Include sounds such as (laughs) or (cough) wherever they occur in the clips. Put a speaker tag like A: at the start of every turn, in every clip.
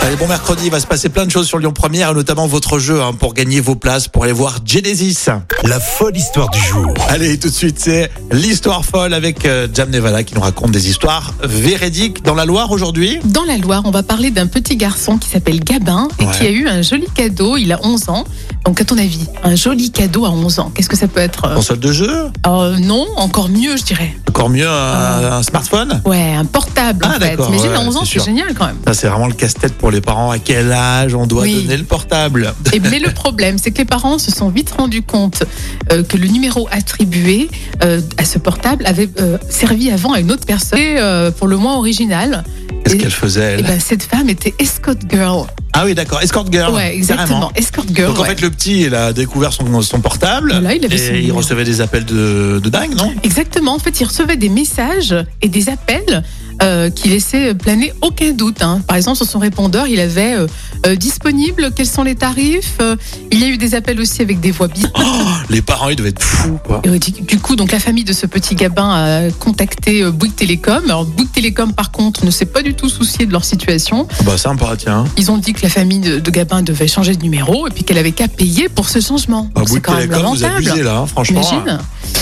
A: Allez, bon mercredi, il va se passer plein de choses sur Lyon Première, et notamment votre jeu hein, pour gagner vos places pour aller voir Genesis.
B: La folle histoire du jour.
A: Allez, tout de suite, c'est l'histoire folle avec euh, Jam Nevala qui nous raconte des histoires véridiques dans la Loire aujourd'hui.
C: Dans la Loire, on va parler d'un petit garçon qui s'appelle Gabin et
A: Ouais.
C: qui a eu un joli cadeau. Il a 11 ans. Donc, à ton avis, un joli cadeau à 11 ans, qu'est-ce que ça peut être euh,
A: Console de jeu,
C: euh, Non, encore mieux, je dirais.
A: encore mieux
C: Ah.
A: un, un smartphone.
C: Ouais, un portable
A: Ah,
C: en fait.
A: d'accord,
C: Mais j'ai
A: ouais,
C: 11 ans,
A: c'est
C: c'est
A: sûr. (laughs)
C: génial quand même.
A: Ça, c'est vraiment le casse-tête pour les parents. À quel âge on doit
C: Oui.
A: donner le portable
C: Et mais le problème, c'est que les parents se sont vite rendus compte euh, que le numéro attribué euh, à ce portable avait euh, servi avant à une autre personne, Et, euh, pour le moins original.
A: Qu'est-ce
C: Et-
A: qu'elle faisait
C: Et
A: elle
C: ben, cette femme était escort girl.
A: Ah oui, d'accord, escort girl.
C: ouais,
A: carrément.
C: exactement, escort girl.
A: Donc en
C: ouais.
A: fait, le petit, il a découvert son, son portable
C: Voilà, il avait son
A: et il
C: numéro.
A: recevait des appels de, de dingue, non
C: Exactement. En fait, il recevait des messages et des appels euh, qui laissaient planer aucun doute. hein. Par exemple, sur son répondeur, il avait euh, euh, disponible quels sont les tarifs. Euh, il y a eu des appels aussi avec des voix bizarres.
A: Les parents, ils devaient être fous, quoi.
C: Et, euh, du- Du coup, donc la famille de ce petit gabin a contacté euh, Bouygues Télécom. Alors Bouygues Télécom, par contre, ne s'est pas du tout soucié de leur situation.
A: Bah sympa, tiens.
C: Ils ont dit que la famille de, de Gabin devait changer de numéro et puis qu'elle avait qu'à payer pour ce changement.
A: Un
C: Donc,
A: bout
C: Oh,
A: de
C: C'est quand même
A: Bah, télécom, vous abusez
C: lamentable.
A: là, hein, franchement.
C: Imagine.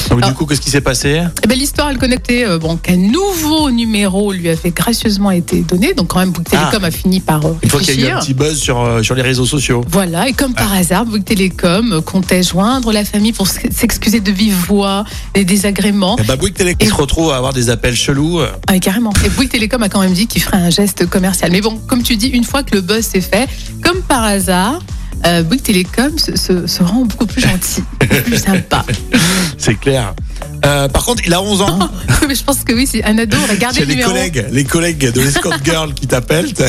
A: Donc du
C: Ah.
A: coup, qu'est-ce qui s'est passé
C: Eh ben, L'histoire, elle connectait euh, bon, qu'un nouveau numéro lui avait gracieusement été donné. Donc, quand même, Bouygues Télécom a fini par euh,
A: Une fois Ah. qu'il y a eu un Ah.
C: réfléchir.
A: petit buzz sur, euh, sur les réseaux sociaux.
C: Voilà, et comme par hasard, Bouygues Télécom euh, comptait joindre la famille pour s- s'excuser de vive voix des désagréments.
A: Et bah Bouygues Télécom se retrouve à avoir des appels chelous. euh.
C: Ah, et carrément. Et Bouygues Télécom a quand même dit qu'il ferait un geste commercial. Mais bon, comme tu dis, une fois que le buzz s'est fait, comme par hasard, euh, Bouygues Télécom se, se- se rend beaucoup
A: (laughs)
C: plus gentil, beaucoup plus sympa. (laughs)
A: C'est clair. Euh, par contre, il a 11 ans.
C: Mais je pense que oui, si un ado aurait gardé
A: C'est
C: le
A: les
C: Ah, numéro,
A: collègues, les collègues de
C: (laughs)
A: l'escort girl qui t'appellent. t'as-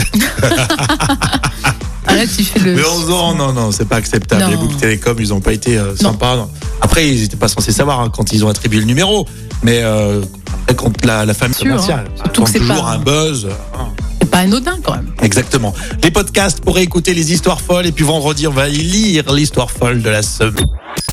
C: ah, là, tu fais le.
A: Mais 11 ans, non, non, c'est pas acceptable.
C: Non.
A: Les Bouygues Télécom, ils n'ont pas été euh, sympas. non. Après, ils n'étaient pas censés savoir hein, quand ils ont attribué le numéro. Mais euh, après, quand la, la famille
C: Sûr, hein.
A: commerciale
C: Surtout que
A: attend
C: c'est
A: toujours
C: pas-
A: un buzz. hein.
C: C'est pas anodin quand même.
A: Exactement. Les podcasts pour écouter les histoires folles et puis vendredi on va y lire l'histoire folle de la semaine.